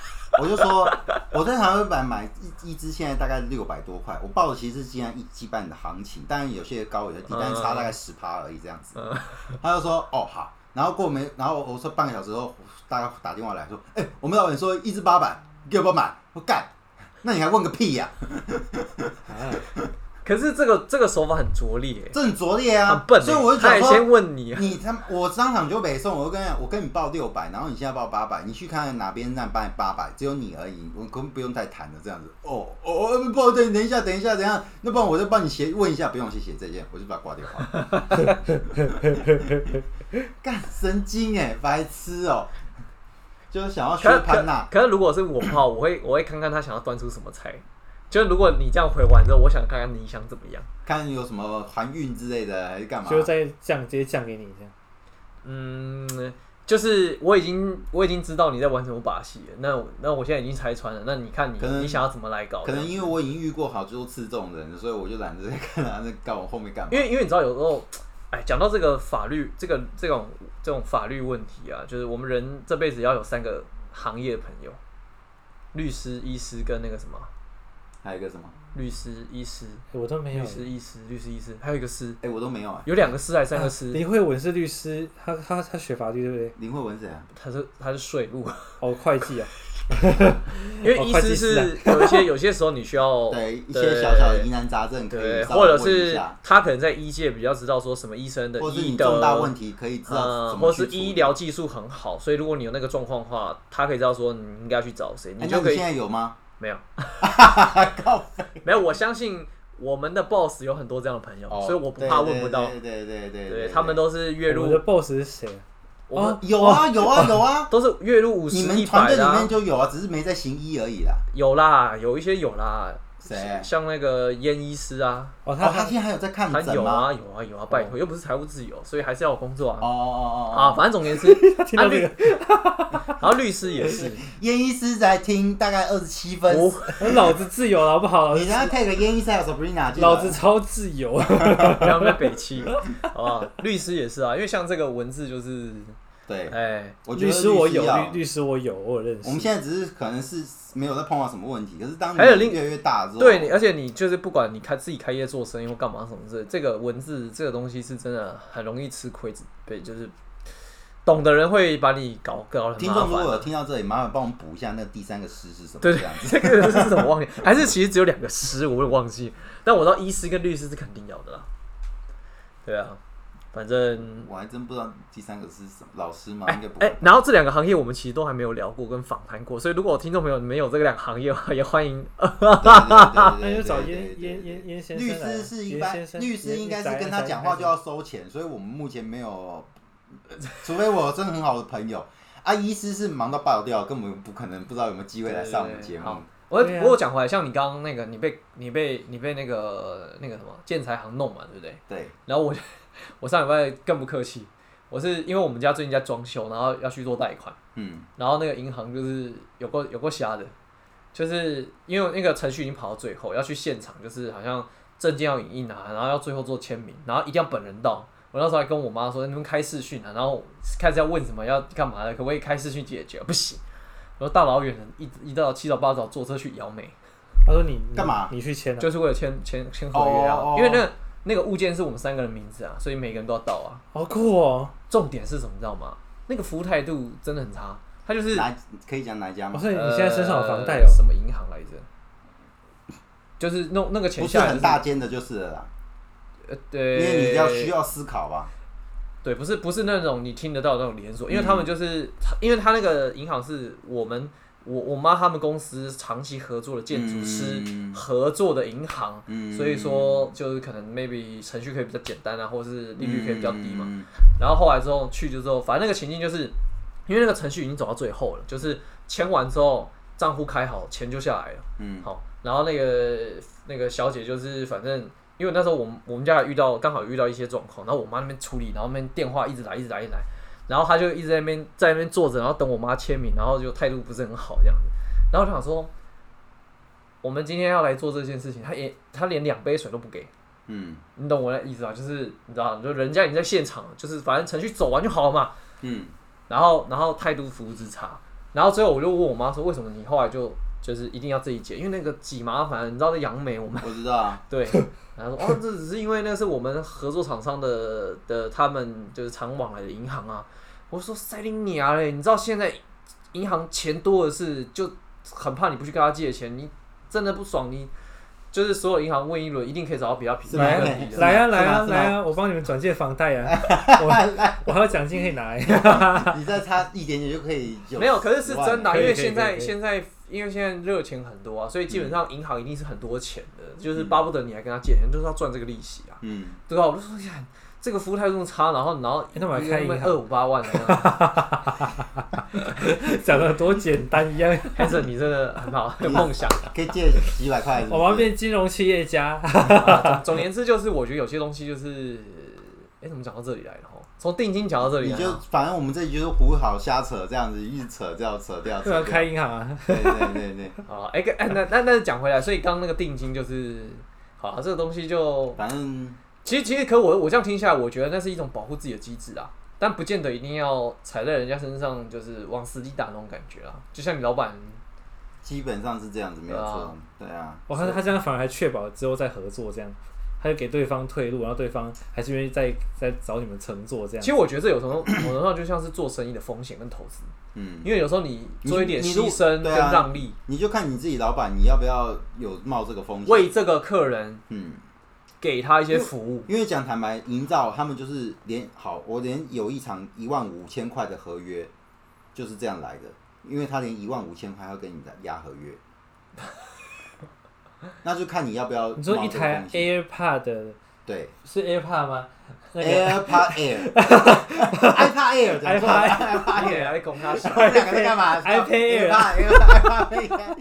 S2: 我就说我在台北买买一一只现在大概六百多块，我报的其实是今年一季半的行情，当然有些高有些
S1: 嗯
S2: 低，但是差大概十趴而已这样子。 他就说：“哦好。”然后过没，然后我说半个小时后，大概打电话来说：“哎、我们老板说一只八百，给我买。”我干，那你还问个屁呀、
S3: 啊
S1: 可是这个这个手法很拙劣，
S2: 这很拙劣啊！
S1: 很笨欸，
S2: 所以我就
S1: 他
S2: 想
S1: 也
S2: 说，
S1: 先问你啊，
S2: 你他我当场就北送，我就跟他讲我跟你报六百，然后你现在报八百，你去看看哪边站报八百，只有你而已，我根本不用再谈了这样子。哦哦哦，不好意思，等一下，等一下，等一下，那不然我就帮你写问一下，不用谢谢，再见，我就把它挂电话。 干神经哎、白痴哦、就是想要学
S1: 可
S2: 潘
S1: 可
S2: 娜，
S1: 可是如果是我的话，我会我 会看看他想要端出什么菜。就是如果你这样回完之后，我想看看你想怎么样。
S2: 看有什么含运之类的还是干嘛？
S3: 就再降，直接降给你这样。
S1: 嗯，就是我已经我已经知道你在玩什么把戏了。那我那我现在已经拆穿了。那你看你
S2: 可能
S1: 你想要怎么来搞？
S2: 可能因为我已经遇过好多次这种人了，所以我就懒得再看他那干我后面干嘛。
S1: 因为因为你知道有时候，哎，讲到这个法律这个这种这种法律问题啊，就是我们人这辈子要有三个行业的朋友：律师、医师跟那个什么
S2: 还有一个什么？
S1: 律师、医师、
S3: 哎我都没有
S1: 律。师、医师、律师、医师，还有一个师，
S2: 哎、我都没有哎、
S1: 有两个师还是三个
S2: 啊
S1: 师？
S3: 林慧文是律师，他他他学法律对不对？
S2: 林慧文谁啊？
S1: 他是他是税 务，
S3: 哦，会计啊，
S1: 因为
S3: 哦
S1: 医
S3: 会
S1: 师
S3: 计师啊
S1: 是有一些有些时候你需要
S2: 对一些小小的疑难杂症可以
S1: 哦对，
S2: 稍微
S1: 或者
S2: 问一
S1: 是
S2: 下
S1: 他可能在医界比较知道说什么医生的
S2: 或是
S1: 医
S2: 你
S1: 德，
S2: 重大问题可以知道
S1: 呃，
S2: 怎
S1: 或
S2: 么
S1: 是
S2: 去处理
S1: 医疗。技术很好，所以如果你有那个状况的话，他可以知道说你应该去找谁，
S2: 哎，那
S1: 就
S2: 你
S1: 可以哦
S2: 现在有吗？
S1: 没有，没有，我相信我们的 boss 有很多这样的朋友， 所以我不怕问不到，
S2: 哦对对对对
S1: 对他们都是月
S3: 我
S1: 入
S3: 们的 boss 是谁？
S1: 我们
S3: 哦
S2: 有啊有啊有 啊，
S1: 都是月入五十
S2: 你们
S1: 一
S2: 团
S1: 百
S2: 队
S1: 的
S2: 里
S1: 啊
S2: 面，就有啊，只是没在行医而已啦。
S1: 有啦，有一些有啦，
S2: 谁？
S1: 像那个燕医师啊，
S3: 哦，
S2: 哦，
S3: 他
S2: 他现在还有在看
S1: 他
S2: 诊
S1: 有
S2: 吗？
S1: 啊，有啊，有啊，拜
S3: 哦
S1: 托，又不是财务自由，所以还是要有工作
S2: 哦
S1: 啊。
S2: 哦
S1: 啊，
S2: 哦哦，
S1: 反正总而言之，
S3: 他 听到这个
S1: 然后律师也是，
S2: 燕医师才听大概二十七分。
S1: 我
S3: 我老子自由了啊好不好？
S2: 你等下 take 燕医师还有 Sabrina，记得
S3: 老子超自由，啊
S1: 不要被北欺，好不好？律师也是啊，因为像这个文字就是，
S2: 对，
S1: 哎，
S2: 我觉得
S3: 律师我有，
S2: 要
S3: 律律师我有，我有认识。
S2: 我们现在只是可能是没有在碰到什么问题，可是当你
S1: 还有另
S2: 越来越大之后，
S1: 对你，而且你就是不管你开自己开业做生意或干嘛什么之类，这个文字这个东西是真的很容易吃亏，被就是懂的人会把你搞搞得很
S2: 听
S1: 麻
S2: 众如果有
S1: 烦。
S2: 听到这里，麻烦帮我们补一下那个第三个诗是什么，
S1: 对
S2: 这样子。
S1: 这个是什么忘记？还是其实只有两个师，我也忘记。但我知道医师跟律师是肯定要的啦。对啊，反正
S2: 我还真不知道第三个是什么，老师吗？
S1: 哎
S2: 应该不
S1: 哎、
S2: 会。
S1: 然后这两个行业我们其实都还没有聊过跟访谈过，所以如果听众朋友没有这两个行业的话，也欢迎
S2: 那
S3: 那就找燕燕燕燕先生
S2: 律
S3: 来啊。
S2: 师是一
S3: 燕
S2: 般
S3: 先，生
S2: 律师应该是
S3: 燕
S2: 跟他讲话就要收钱，所以我们目前没有，呃除非我有真的很好的朋友。啊，医师是忙到爆掉，根本不可能不知道有没有机会来上我们节
S1: 对
S2: 目
S1: 好。我
S3: 对啊
S1: 不过讲回来，像你刚刚那个，你被你被你被那个那个什么建材行弄嘛，对不对？
S2: 对，
S1: 然后我 我上礼拜更不客气，我是因为我们家最近在装修，然后要去做贷款，
S2: 嗯，
S1: 然后那个银行就是有够有够瞎的，就是因为那个程序已经跑到最后，要去现场，就是好像证件要影印啊，然后要最后做签名，然后一定要本人到。我那时候还跟我妈说，你们开视讯啊，然后开始要问什么要干嘛的，可不可以开视讯解决？不行，然后大老远的一一到七早八早坐车去瑶美，
S3: 他说你你
S2: 干嘛
S3: 你去签啊了、
S1: 就是为了签签签合约啊
S2: 嗯哦哦哦
S1: 因为那那个物件是我们三个人名字啊，所以每个人都要到啊。
S3: 好酷哦！
S1: 重点是什么，你知道吗？那个服务态度真的很差，他就是
S2: 哪可以讲哪一家
S3: 我
S2: 吗？
S3: 哦说你现在身上有房贷
S1: 呃
S3: 哦，
S1: 什么银行来着？就是那那个钱
S2: 不是
S1: 下来、
S2: 很大间的就是了啦，
S1: 呃，
S2: 因
S1: 对，
S2: 为你要需要思考吧。
S1: 对，不是不是那种你听得到的那种连
S2: 嗯
S1: 锁，因为他们就是，他因为他那个银行是我们我我妈他们公司长期合作的建筑师
S2: 嗯
S1: 合作的银行，
S2: 嗯，
S1: 所以说就是可能 maybe 程序可以比较简单啊，或者是利率可以比较低嘛。
S2: 嗯。
S1: 然后后来之后去就之后，反正那个情境就是，因为那个程序已经走到最后了，就是签完之后账户开好，钱就下来了。
S2: 嗯，
S1: 好，然后那个那个小姐就是反正。因为那时候我们我们家有遇到刚好有遇到一些状况，然后我妈那边处理，然后那边电话一直来一直来一直来，然后她就一直在那边在那边坐着，然后等我妈签名，然后就态度不是很好这样子，然后我就想说，我们今天要来做这件事情，她也她连两杯水都不给，
S2: 嗯
S1: 你懂我的意思吧？就是你知道，就人家已经在现场了，就是反正程序走完就好了嘛。
S2: 嗯
S1: 然后，然后态度服务之差，然后最后我就问我妈说，为什么你后来就就是一定要自己解？因为那个挤麻烦，你知道在杨梅我们
S2: 我知道啊。
S1: 对，然后说哦，这只是因为那是我们合作厂商的的他们就是常往来的银行啊。我说塞林尼亚嘞，你知道现在银行钱多的是，就很怕你不去跟他借钱，你真的不爽你。就是所有银行问一轮，一定可以找到比较便宜
S2: 是
S1: 的
S2: 吗
S3: 来
S1: 更
S3: 啊
S1: 低的。
S3: 来啊
S2: 是吗
S3: 来啊
S2: 是吗
S3: 来啊！我帮你们转借房贷 啊，我我还有奖金可以拿欸。
S2: 你再差一点点就可以有
S1: 没有，可是是真的啊、
S3: 可以
S1: 因为
S3: 可以
S1: 现在
S3: 可以嗯
S1: 现在因为现在热钱很多啊，所以基本上银行一定是很多钱的，就是巴不得你来跟他借钱，就是要赚这个利息啊，
S2: 嗯，
S1: 对吧、我就说，呀，这个服务态度这么差，然后然后
S3: 哎那我来开银行
S1: 二五八万 啊，
S3: 讲的多简单一样，
S1: 黑子你真的很好，有梦 想。
S2: 可以借几百块是不
S3: 我
S2: 是。
S3: 们要变金融企业家。
S1: 啊总总言之，就是我觉得有些东西就是，哎，怎么讲到这里来了？哦，从定金讲到这里
S2: 你
S1: 来
S2: 就
S1: 了，
S2: 反正我们这集就是胡好瞎扯这样子，一直扯掉扯掉。
S3: 对
S2: 扯
S3: 啊，
S2: 掉
S3: 开银 行啊，
S2: 对对对对，
S1: 啊，哎，哎，那那那讲回来，所以刚刚那个定金就是，好啊，这个东西就
S2: 反正
S1: 其实其实，可我我这样听下来，我觉得那是一种保护自己的机制啊，但不见得一定要踩在人家身上，就是往死里打那种感觉啊。就像你老板，
S2: 基本上是这样子，没有错。对啊，
S3: 我看他这样反而还确保之后再合作，这样他就给对方退路，然后对方还是愿意再再找你们乘坐这
S1: 其
S3: 样。
S1: 实我觉得这有时候 某种上就像是做生意的风险跟投资，
S2: 嗯，
S1: 因为有时候你
S2: 你
S1: 做一点
S2: 你如
S1: 牺牲
S2: 对
S1: 跟
S2: 啊
S1: 让利，
S2: 你就看你自己老板，你要不要有冒这个风险？
S1: 为这个客人
S2: 嗯，
S1: 给他一些服务，
S2: 因为讲坦白，营造他们就是连好，我连有一场一万五千块的合约就是这样来的，因为他连一万五千块要跟你压合约，那就看你要不要
S3: 你说
S2: 冒
S3: 一
S2: 这个
S3: 台
S2: 风险
S3: AirPod 的
S2: 对
S3: 是 AirPod 吗？那个
S2: AirPod Air，iPad Air 讲错
S3: iPod
S2: 了
S1: 你也来拱他 小。
S2: 这两个在干嘛
S3: iPad Air 啊
S2: ，iPad Air，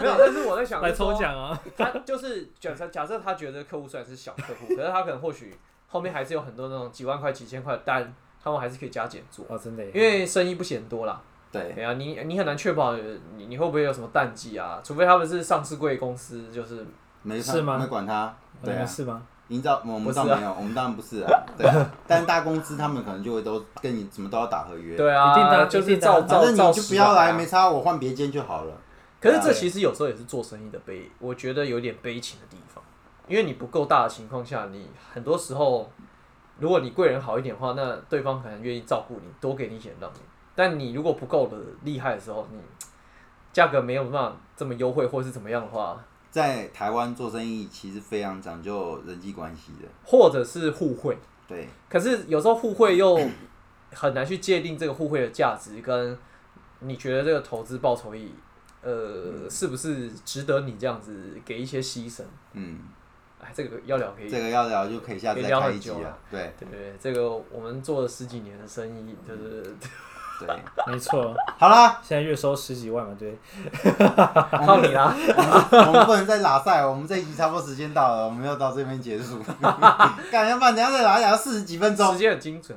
S1: 没有，但是我在想，
S3: 来
S1: 就是说
S3: 抽奖啊！
S1: 他就是假设假设他觉得客户虽然是小客 户，可是他可能或许后面还是有很多那种几万块、几千块的单，他们还是可以加减做。
S3: 哦，真的耶，
S1: 因为生意不嫌多啦。
S2: 对，
S1: 对啊，你你很难确保你你会不会有什么淡季啊？除非他们是上市贵公司，就是
S2: 没
S3: 是吗
S2: 没管他，
S3: 你
S2: 对
S3: 们
S2: 啊。
S3: 哦是吗？
S2: 营造我
S1: 不
S2: 们
S1: 是
S2: 倒
S1: 啊
S2: 没有，我们当然不是啊，对啊。但大公司他们可能就会都跟你什么都要打合约，
S1: 对啊，
S3: 一定的啊
S1: 就是
S3: 一定的啊
S1: 照
S2: 反
S1: 照
S2: 正
S1: 照
S2: 你就不要来，
S1: 实
S2: 没
S1: 啊。
S2: 差，我换别间就好了。
S1: 可是这其实有时候也是做生意的悲，我觉得有点悲情的地方，因为你不够大的情况下，你很多时候，如果你贵人好一点的话，那对方可能愿意照顾你，多给你一点让你。但你如果不够的厉害的时候，你价格没有办法这么优惠，或是怎么样的话，
S2: 在台湾做生意其实非常讲究人际关系的，
S1: 或者是互惠。
S2: 对，
S1: 可是有时候互惠又很难去界定这个互惠的价值，跟你觉得这个投资报酬益，呃，是不是值得你这样子给一些牺牲？
S2: 嗯，
S1: 哎，这个要聊可以，
S2: 这个要聊就可以下次
S1: 可以
S2: 再
S1: 聊
S2: 开
S1: 很
S2: 一集
S1: 久
S2: 了
S1: 啊，
S2: 对
S1: 对对对，这个我们做了十几年的生意，就是
S2: 对，
S3: 没错，
S2: 好啦，
S3: 现在月收十几万嘛，对。
S1: 靠你啦。
S2: 我们不能再拉赛，我们这一集差不多时间到了，我们要到这边结 束， 干要不然等一下再拉聊四十几分钟
S1: 时，间很精准。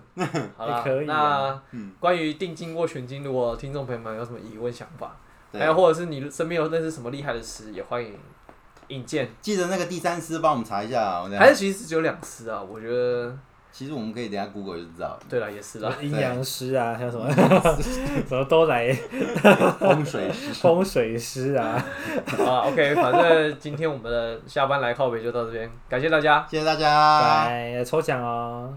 S1: 好啦，
S3: 也可以
S1: 那
S3: 啊
S1: 关于定金或全金，如果听众朋友们有什么疑问想法，还
S2: 对
S1: 有，或者是你身边有认识什么厉害的师，也欢迎引荐。
S2: 记得那个第三师帮我们查一下啊，我们等一下
S1: 还是其实只有两师啊，我觉得
S2: 其实我们可以等一下 Google 就知道了，
S1: 对了，也是啦。
S3: 阴阳师啊，还 有什么什么都来，
S2: 风水师。
S3: 风水师啊，
S1: 好啊，OK，反正今天我们的下班来靠北就到这边，感谢大家。
S2: 谢谢大家，
S3: 拜，抽奖哦。